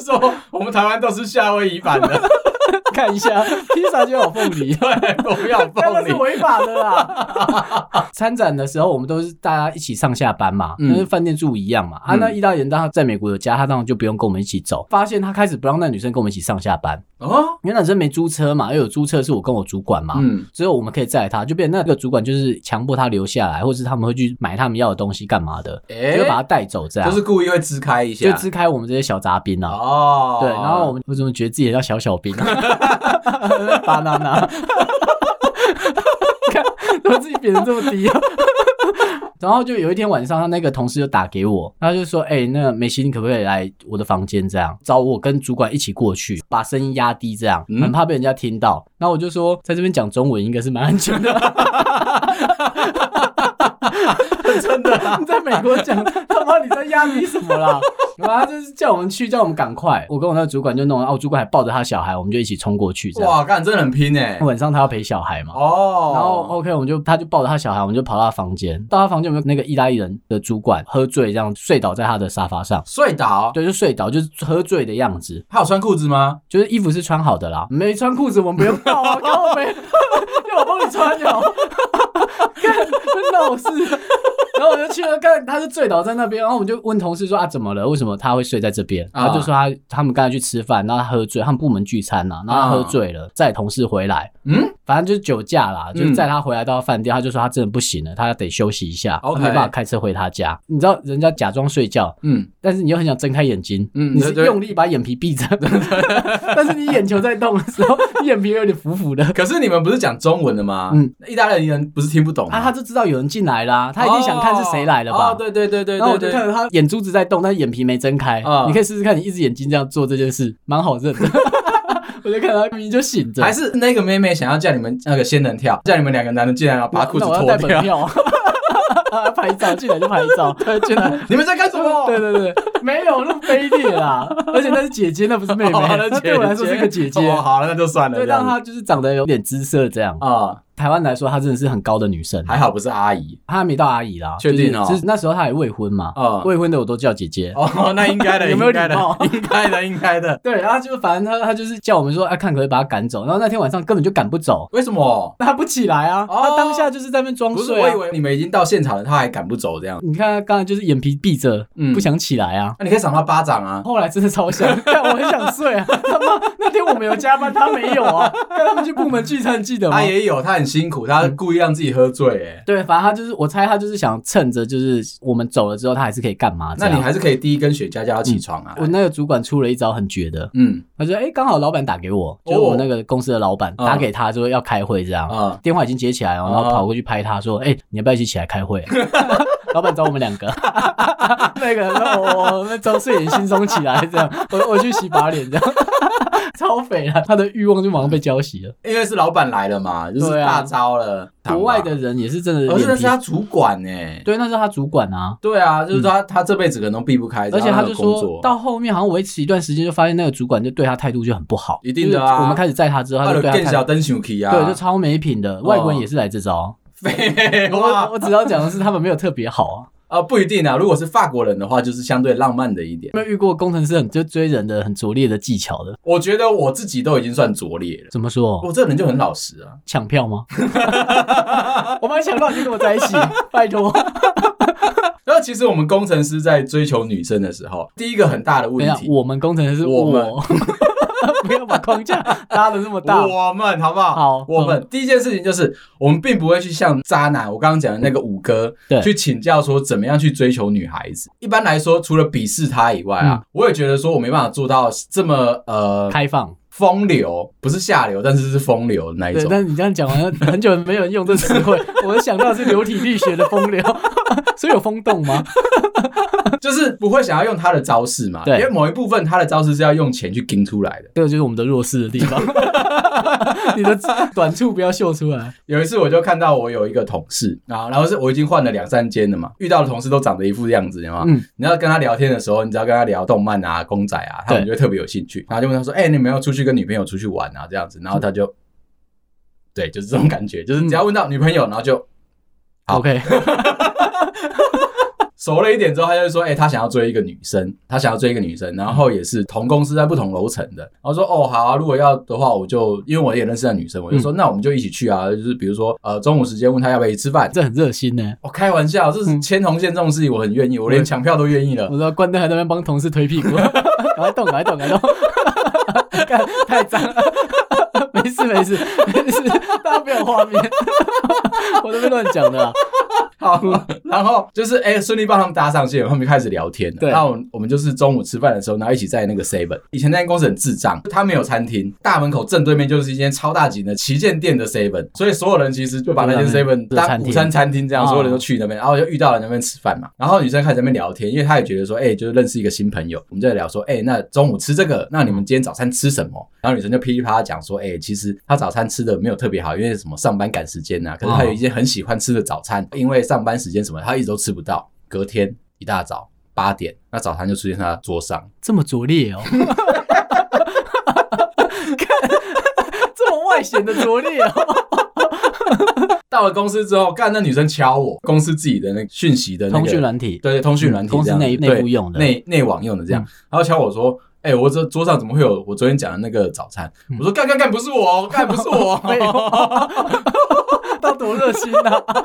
Speaker 1: 说我们台湾都是夏威夷版 的，
Speaker 2: 看一下，披萨就有凤梨。
Speaker 1: 对，不要
Speaker 2: 那
Speaker 1: 凤
Speaker 2: 个是
Speaker 1: 梨。
Speaker 2: 违法的啦！ 参展的时候，我们都是大家一起上下班嘛，
Speaker 1: 嗯
Speaker 2: 但是饭店住一样嘛。啊，
Speaker 1: 嗯
Speaker 2: 那意大利人当然在美国有家，他当然就不用跟我们一起走。发现他开始不让那女生跟我们一起上下班，
Speaker 1: 哦，
Speaker 2: 因为那女生没租车嘛，又有租车是我跟我主管嘛，
Speaker 1: 嗯，
Speaker 2: 只有我们可以载她，就变成那个主管就是强迫她留下来，或者是他们会去买他们要的东西干嘛的，
Speaker 1: 哎
Speaker 2: 就把她带走这样，
Speaker 1: 就是故意会支开一
Speaker 2: 就
Speaker 1: 下，
Speaker 2: 支开我们这些小杂兵啊。
Speaker 1: 哦，
Speaker 2: 对，然后我们我怎么觉得自己也叫小小兵啊？巴娜 娜，看怎么自己贬得这么低啊？然后就有一天晚上，他那个同事就打给我，他就说：“哎、那个美心，你可不可以来我的房间？这样找我跟主管一起过去，把声音压低，这样
Speaker 1: 嗯
Speaker 2: 很怕被人家听到。然后我就说，在这边讲中文应该是蛮安全的。
Speaker 1: 真的啊，
Speaker 2: 你在美国讲，他妈你在压低什么啦？然 后他就是叫我们去，叫我们赶快。我跟我那个主管就弄了，然哦后我主管还抱着他小孩，我们就一起冲过去。这样，
Speaker 1: 哇，干，真的很拼哎，
Speaker 2: 晚上他要陪小孩嘛。
Speaker 1: 哦，
Speaker 2: 然后 OK，我们就他就抱着他小孩，我们就跑到他房间。到他房间，有没有那个意大利人的主管喝醉，这样睡倒在他的沙发上，
Speaker 1: 睡倒，
Speaker 2: 对，就睡倒，就是喝醉的样子，
Speaker 1: 他有穿裤子吗？
Speaker 2: 就是衣服是穿好的啦，没穿裤子我们不用抱 啊，靠没，要我帮你穿就好，干真的我是。 然后我就去了，看他就醉倒在那边，然后我们就问同事说啊怎么了？为什么他会睡在这边？
Speaker 1: 啊
Speaker 2: 他就说他他们刚才去吃饭，然后他喝醉，他们部门聚餐呐、然后他喝醉了，载同事回来，
Speaker 1: 嗯，
Speaker 2: 反正就是酒驾啦，
Speaker 1: 嗯
Speaker 2: 就是载他回来到饭店，他就说他真的不行了，他得休息一下，他
Speaker 1: OK
Speaker 2: 没办法开车回他家。你知道人家假装睡觉，
Speaker 1: 嗯，
Speaker 2: 但是你又很想睁开眼睛，
Speaker 1: 嗯
Speaker 2: 你是
Speaker 1: 对对
Speaker 2: 用力把眼皮闭着， 但是你眼球在动的时候， 你眼皮有点浮浮的。
Speaker 1: 可是你们不是讲中文的吗？
Speaker 2: 嗯，
Speaker 1: 意大利人不是听不懂
Speaker 2: 啊，
Speaker 1: 吗？
Speaker 2: 他就知道有人进来啦，他一定想看是谁来了
Speaker 1: 哦
Speaker 2: 吧？
Speaker 1: 哦对对对对
Speaker 2: 然后
Speaker 1: 对对，
Speaker 2: 我就看着他眼珠子在动，但是眼皮没睁开。
Speaker 1: 啊
Speaker 2: 你可以试试看，你一只眼睛这样做这件事，蛮好认 的。我就看他明明就醒着，
Speaker 1: 还是那个妹妹想要叫你们那个仙人跳，叫你们两个男的进来，然后把裤子
Speaker 2: 那我要
Speaker 1: 脱
Speaker 2: 带本
Speaker 1: 掉。
Speaker 2: 票 啊， 拍照进来就拍照，对，进来。
Speaker 1: 你们在干什么？
Speaker 2: 对对对，没有那么卑劣 啦，而且那是姐姐，那不是妹妹，
Speaker 1: 哦
Speaker 2: 那 对我来说是个姐姐。
Speaker 1: 哦，好了，那就算了。
Speaker 2: 对，
Speaker 1: 这样
Speaker 2: 让
Speaker 1: 子
Speaker 2: 她就是长得有点姿色这样。
Speaker 1: 啊，
Speaker 2: 台湾来说，她真的是很高的女生，
Speaker 1: 还好不是阿 姨。
Speaker 2: 她还没到阿姨啦。
Speaker 1: 确定哦
Speaker 2: 就是就是那时候她也未婚嘛
Speaker 1: 嗯，
Speaker 2: 未婚的我都叫姐姐。
Speaker 1: 哦，那应该的，
Speaker 2: 有没有
Speaker 1: 应该的
Speaker 2: 礼貌
Speaker 1: 应该的，应该的。
Speaker 2: 对，然后就反正她她就是叫我们说，啊，看可不可以把她赶走。然后那天晚上根本就赶不走，
Speaker 1: 为什么？
Speaker 2: 她不起来啊，
Speaker 1: 哦
Speaker 2: 她当下就是在那边装
Speaker 1: 不是，
Speaker 2: 睡
Speaker 1: 我以
Speaker 2: 啊。
Speaker 1: 为你们已经到现场了，他还赶不走这样。
Speaker 2: 你看她刚才就是眼皮闭着，
Speaker 1: 嗯
Speaker 2: 不想起来啊。
Speaker 1: 那你可以赏他巴掌啊。
Speaker 2: 后来真的 超想，但我很想睡啊！他妈那天我们有加班，他没有啊，跟他们去部门聚餐，记得吗
Speaker 1: 他？也有，他很辛苦，他故意让自己喝醉。哎，
Speaker 2: 对，反正他就是，我猜他就是想趁着就是我们走了之后，他还是可以干嘛？
Speaker 1: 那你
Speaker 2: 这样嗯
Speaker 1: 还是可以第一根雪茄叫他起床啊。
Speaker 2: 我那个主管出了一招很绝的，
Speaker 1: 嗯
Speaker 2: 他说：“哎、刚好老板打给我，就是我们那个公司的老板、
Speaker 1: 哦
Speaker 2: 打给他，说要开会这样，
Speaker 1: 啊，
Speaker 2: 电话已经接起来了，然后
Speaker 1: 哦
Speaker 2: 跑过去拍他说：‘哎、你要不要一起起来开会、 老板找我们两 个，那个那我我那张睡眼惺忪起来，这样我我去洗把脸这样。 超肥了，他的欲望就马上被浇熄了。
Speaker 1: 因为是老板来了嘛，就是
Speaker 2: 对啊
Speaker 1: 大招了。
Speaker 2: 国外的，人也是真的
Speaker 1: 而是哦
Speaker 2: 脸
Speaker 1: 那是
Speaker 2: 皮，
Speaker 1: 他主管呢、
Speaker 2: 对，那是他主管啊。
Speaker 1: 对啊，就是他，他这辈子可能都避不开，
Speaker 2: 而且
Speaker 1: 他
Speaker 2: 他
Speaker 1: 那个
Speaker 2: 就
Speaker 1: 工
Speaker 2: 说
Speaker 1: 作，
Speaker 2: 到后面好像维持一段时间，就发现那个主管就对他态度就很不好。
Speaker 1: 一定的啊
Speaker 2: 就是我们开始载他之后，他
Speaker 1: 他的
Speaker 2: 就对
Speaker 1: 更
Speaker 2: 他态
Speaker 1: 小灯熊 K 啊，
Speaker 2: 对就超没品的。外国人也是来这招。
Speaker 1: 废
Speaker 2: 我
Speaker 1: 话
Speaker 2: 我只要讲的是他们没有特别好啊，
Speaker 1: 啊，不一定啊。如果是法国人的话，就是相对浪漫的一点
Speaker 2: 有。没有遇过工程师很就追人的很拙劣的技巧的？
Speaker 1: 我觉得我自己都已经算拙劣了，
Speaker 2: 怎么说？
Speaker 1: 我这人就很老实啊。
Speaker 2: 抢票吗？ 我蛮想到你就跟我在一 起，拜托。
Speaker 1: 那其实我们工程师在追求女生的时候，第一个很大的
Speaker 2: 等
Speaker 1: 问
Speaker 2: 一下，
Speaker 1: 题，
Speaker 2: 我们工程师是
Speaker 1: 我 们
Speaker 2: 不要把框架拉的那么大。
Speaker 1: 我们好不好？
Speaker 2: 好嗯
Speaker 1: 我们、第一件事情就是，我们并不会去像渣男，我刚刚讲的那个五哥，
Speaker 2: 对
Speaker 1: 去请教说怎么样去追求女孩子。一般来说，除了鄙视她以外啊，
Speaker 2: 嗯
Speaker 1: 我也觉得说我没办法做到这么呃
Speaker 2: 开放，
Speaker 1: 风流，不是下流，但是是风流的那一
Speaker 2: 对，
Speaker 1: 种。
Speaker 2: 但是你这样讲完，很久没有人用这词 汇，我想到的是流体力学的风流， 所以有风洞吗？
Speaker 1: 就是不会想要用他的招式嘛，
Speaker 2: 对
Speaker 1: 因为某一部分他的招式是要用钱去盯出来的。
Speaker 2: 这个就是我们的弱势的地方， 你的短处不要秀出来。
Speaker 1: 有一次我就看到我有一个同事啊，然后是我已经换了两三间了嘛，遇到的同事都长得一副样子，你知道吗？
Speaker 2: 嗯
Speaker 1: 你要跟他聊天的时候，你只要跟他聊动漫啊、公仔啊，他们就会特别有兴趣。然后就问他说：“哎、你有没有出去跟女朋友出去玩啊？”这样子，然后他就，
Speaker 2: 嗯
Speaker 1: 对，就是这种感觉，就是只要问到女朋友，然后就好
Speaker 2: ，OK，
Speaker 1: 熟了一点之后，他就说：“哎、他想要追一个女生，他想要追一个女生，然后也是同公司在不同楼层的。”然后说：“哦，好、啊，如果要的话，我就因为我也认识那女生，我就说、那我们就一起去啊，就是比如说呃中午时间问他要不要一起吃饭。”
Speaker 2: 这很热心呢。
Speaker 1: 我、开玩笑，这是牵红线这种事情，我很愿意，我连抢票都愿意了
Speaker 2: 我。知道关灯还在那边帮同事推屁股，赶快动，赶快动，赶快动，干太脏了。没事没事没事，大家不要有画面，我都被乱讲的啊、
Speaker 1: 好，然后就是哎，顺、利帮他们搭上线，然后我们就开始聊天了。
Speaker 2: 对
Speaker 1: 然后我们就是中午吃饭的时候，然后一起在那个 Seven。以前那间公司很智障，他没有餐厅，大门口正对面就是一间超大型的旗舰店的 Seven，所以所有人其实就把那间
Speaker 2: 就在那
Speaker 1: Seven
Speaker 2: 做餐
Speaker 1: 当
Speaker 2: 厅
Speaker 1: 午餐餐厅这样，
Speaker 2: 哦
Speaker 1: 所有人都去那边，然后就遇到了那边吃饭嘛。然后女生开始在那边聊天，因为她也觉得说，哎、就是认识一个新朋友。我们就在聊说，哎、那中午吃这个，那你们今天早餐吃什么？然后女生就噼里啪啦讲说，哎、其实她早餐吃的没有特别好，因为什么上班赶时间呐、可是她有一些很喜欢吃的早餐，因为上班时间什么，她一直都吃不到。隔天一大早八点，那早餐就出现在她桌上。
Speaker 2: 这么拙劣哦，看这么外显的拙劣哦，
Speaker 1: 到了公司之后，干那女生敲我，公司自己的那个讯息的那个
Speaker 2: 通讯软体，
Speaker 1: 对，通讯软体
Speaker 2: 公司
Speaker 1: 这样子
Speaker 2: 嗯内
Speaker 1: 对
Speaker 2: 内部用的嗯
Speaker 1: 内内网用的这样。然后敲我说：“哎、我这桌上怎么会有我昨天讲的那个早餐？”我
Speaker 2: 嗯
Speaker 1: 说：“干干干，不是我，哦干不是
Speaker 2: 废
Speaker 1: 我。
Speaker 2: 话，到多热心呐、 啊！”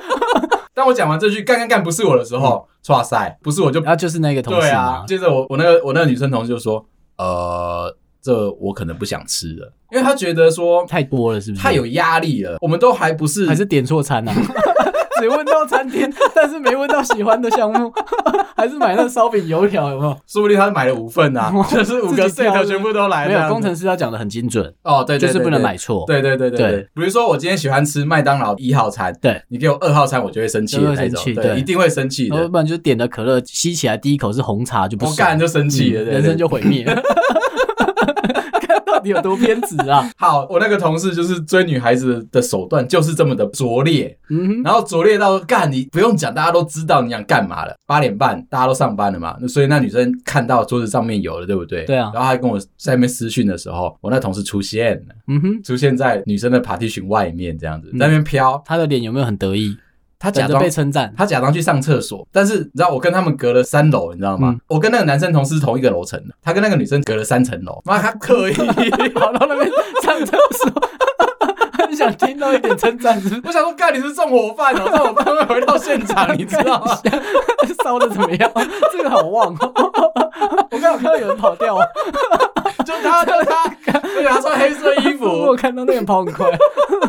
Speaker 1: 当我讲完这句“干干干，不是我”的时候，哇塞，不是我就
Speaker 2: 然后就是那个嗯同
Speaker 1: 对
Speaker 2: 事
Speaker 1: 啊
Speaker 2: 嘛。，
Speaker 1: 接着我我那个我那个女生同事就说：“呃，这我可能不想吃了，因为她觉得说
Speaker 2: 太多了是不是？
Speaker 1: 太有压力了，我们都还不是
Speaker 2: 嗯还是点错餐啊？ 只问到餐 厅，但是没问到喜欢的项目， 还是买那烧饼油条有没有？
Speaker 1: 说不定他买了五份啊，就是五个
Speaker 2: 自己挑
Speaker 1: set
Speaker 2: 的
Speaker 1: 全部都来
Speaker 2: 没
Speaker 1: 这样
Speaker 2: 有，
Speaker 1: 子，
Speaker 2: 工程师要讲的很精准，
Speaker 1: 哦，对，
Speaker 2: 就
Speaker 1: 对
Speaker 2: 是
Speaker 1: 对
Speaker 2: 不能
Speaker 1: 对
Speaker 2: 买错。
Speaker 1: 对对对对
Speaker 2: 对
Speaker 1: 对，比如说我今天喜欢吃麦当劳一号餐，
Speaker 2: 对
Speaker 1: 你给我二号餐，我就会生气的那
Speaker 2: 就会生
Speaker 1: 种，
Speaker 2: 气对哦
Speaker 1: 对，一定会生气
Speaker 2: 然后
Speaker 1: 的，
Speaker 2: 不然就是点的可乐，吸起来第一口是红茶就不
Speaker 1: 我
Speaker 2: 爽，
Speaker 1: 哦干就生气了，
Speaker 2: 嗯
Speaker 1: 对
Speaker 2: 人生。
Speaker 1: 对
Speaker 2: 就毁 灭。看到底有多偏执啊？
Speaker 1: 好，我那个同事就是追女孩子的手段就是这么的拙劣，
Speaker 2: 嗯哼，
Speaker 1: 然后拙劣到干你不用讲，大家都知道你想干嘛了。八点半大家都上班了嘛，那所以那女生看到桌子上面有了，对不对？
Speaker 2: 对啊
Speaker 1: 然后她跟我在那边私讯的时候，我那同事出现了，
Speaker 2: 嗯哼，
Speaker 1: 出现在女生的 partition 外面，这样子
Speaker 2: 嗯
Speaker 1: 在那边飘，
Speaker 2: 他的脸有没有很得意？
Speaker 1: 她
Speaker 2: 等
Speaker 1: 假
Speaker 2: 着
Speaker 1: 装
Speaker 2: 被称赞，
Speaker 1: 他假装去上厕所，但是你知道我跟他们隔了三楼，你知道吗？
Speaker 2: 嗯
Speaker 1: 我跟那个男生同事是同一个楼层的，他跟那个女生隔了三层楼，妈他刻意。
Speaker 2: 跑到那边上厕所， 很想听到一点称赞，是不是
Speaker 1: 我想说，干你是纵火犯哦、纵火犯会回到现场，你知道吗？
Speaker 2: 烧的怎么样？这个好旺哦！我刚有看到有人跑掉啊，
Speaker 1: 就他，就他，而且他穿黑色衣
Speaker 2: 我有
Speaker 1: 服，
Speaker 2: 看到那个人跑很快，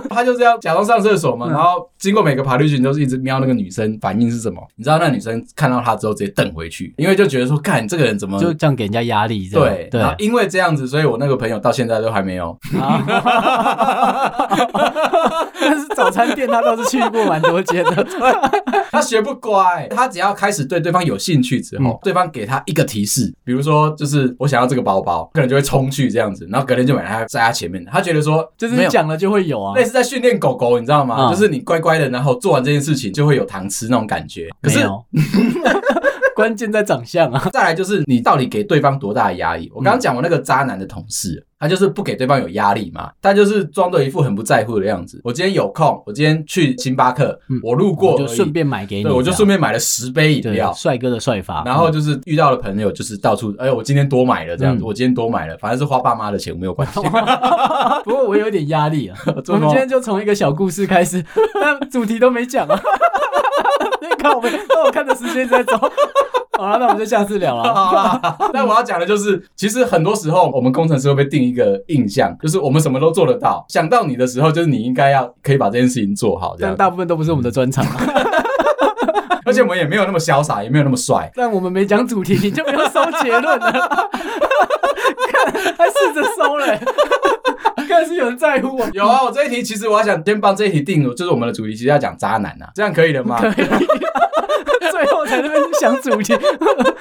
Speaker 1: 他就是要假装上厕所嘛。
Speaker 2: 嗯
Speaker 1: 然后经过每个爬绿群，都是一直瞄那个女生反应是什么。你知道那女生看到他之后直接瞪回去，因为就觉得说，干你这个人怎么
Speaker 2: 就这样给人家压力，这样
Speaker 1: 对？然后因为这样子，所以我那个朋友到现在都还没有
Speaker 2: 对啊，但是早餐店他倒是去过蛮多 间的，
Speaker 1: 他学不乖，他只要开始对对方有兴趣之后，
Speaker 2: 嗯
Speaker 1: 对方给他一个提示，比如说就是我想要这个包包，可能就会冲去这样子，然后隔天就买他在他前面，他觉得说
Speaker 2: 就是
Speaker 1: 没
Speaker 2: 你
Speaker 1: 有
Speaker 2: 讲了就会有啊
Speaker 1: 类。似在训练狗狗，你知道吗？
Speaker 2: 嗯
Speaker 1: 就是你乖乖的，然后做完这件事情就会有糖吃那种感觉。可
Speaker 2: 没
Speaker 1: 是
Speaker 2: 有， 关键在长相啊。
Speaker 1: 再来就是你到底给对方多大的压力？我
Speaker 2: 嗯
Speaker 1: 刚刚讲我那个渣男的同事，他就是不给对方有压力嘛，他就是装作一副很不在乎的样子。我今天有空，我今天去星巴克，
Speaker 2: 嗯
Speaker 1: 我路 过
Speaker 2: 我就
Speaker 1: 而已
Speaker 2: 顺便买给你，
Speaker 1: 对我就顺便买了十杯饮
Speaker 2: 这
Speaker 1: 料
Speaker 2: 样对。帅哥的帅法，
Speaker 1: 然后就是遇到了朋友，就是到处，哎、我今天多买了这样子，
Speaker 2: 嗯
Speaker 1: 我今天多买了，反正是花爸妈的钱，没有关系。
Speaker 2: 嗯 不过我有点压力 啊。我们今天就从一个小故事 开始，但主题都没讲啊。 你看我们，那我看的时间一直在走。好了，那我们就下次聊了。
Speaker 1: 好啦，
Speaker 2: 啊
Speaker 1: 但我要讲的就是，其实很多时候我们工程师会被定一个印象，就是我们什么都做得到。想到你的时候，就是你应该要可以把这件事情做好这
Speaker 2: 但
Speaker 1: 样。
Speaker 2: 大部分都不是我们的专场，
Speaker 1: 而且我们也没有那么潇洒，也没有那么帅。
Speaker 2: 但我们没讲主题，你就不用收结论了。 看，还试着收了、 看是有人在乎我。
Speaker 1: 有啊，我这一题其实我要想先帮这一题定，就是我们的主题其实要讲渣男啊，这样可以了吗
Speaker 2: 可？以， 最后才在那边想主题，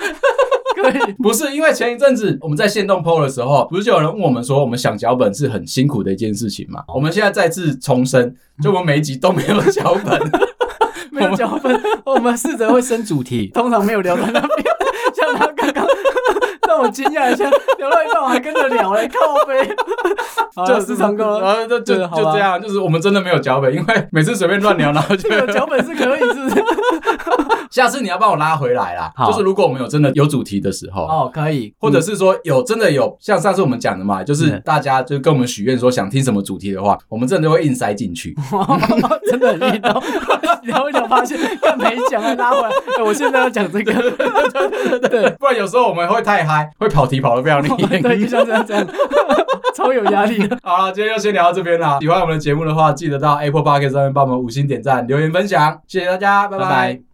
Speaker 2: 可以。
Speaker 1: 不是，因为前一阵子我们在线动 PO 的时候，不是就有人问我们说，我们想脚本是很辛苦的一件事情
Speaker 2: 哦
Speaker 1: 嘛？我们现在再次重申，
Speaker 2: 嗯
Speaker 1: 就我们每一集都没有脚 本，
Speaker 2: 没有脚本，我们试着会升主题，通常没有聊到那边，像他刚 刚让我惊讶一下，聊到一半我还跟着聊嘞，靠背，好
Speaker 1: 就
Speaker 2: 了，
Speaker 1: 是
Speaker 2: 时长够
Speaker 1: 然
Speaker 2: 了。
Speaker 1: 后就就
Speaker 2: 对好吧
Speaker 1: 就这样，就是我们真的没有脚本，因为每次随便乱 聊，然后就
Speaker 2: 这个脚本是可以，是不是？
Speaker 1: 下次你要帮我拉回来啦。
Speaker 2: 好
Speaker 1: 就是如果我们有真的有主题的时候。
Speaker 2: 哦，可以，
Speaker 1: 或者是说有真的有像上次我们讲的嘛，就是
Speaker 2: 嗯
Speaker 1: 大家就跟我们许愿说想听什么主题的话，我们真的都会硬塞进 去。
Speaker 2: 嗯真的很硬哦。聊一聊发现干没讲，还拉回来。哎我现在要讲这个，对
Speaker 1: 不然有时候我们会太嗨，会跑题跑得非常厉害。
Speaker 2: 哦对，就像这样这样，超有压力 的。
Speaker 1: 好了，今天就先聊到这边啦。喜欢我们的节目的话，记得到 Apple Podcast 上面帮我们五星点赞、留言、分享，谢谢大家，拜拜。
Speaker 2: 拜拜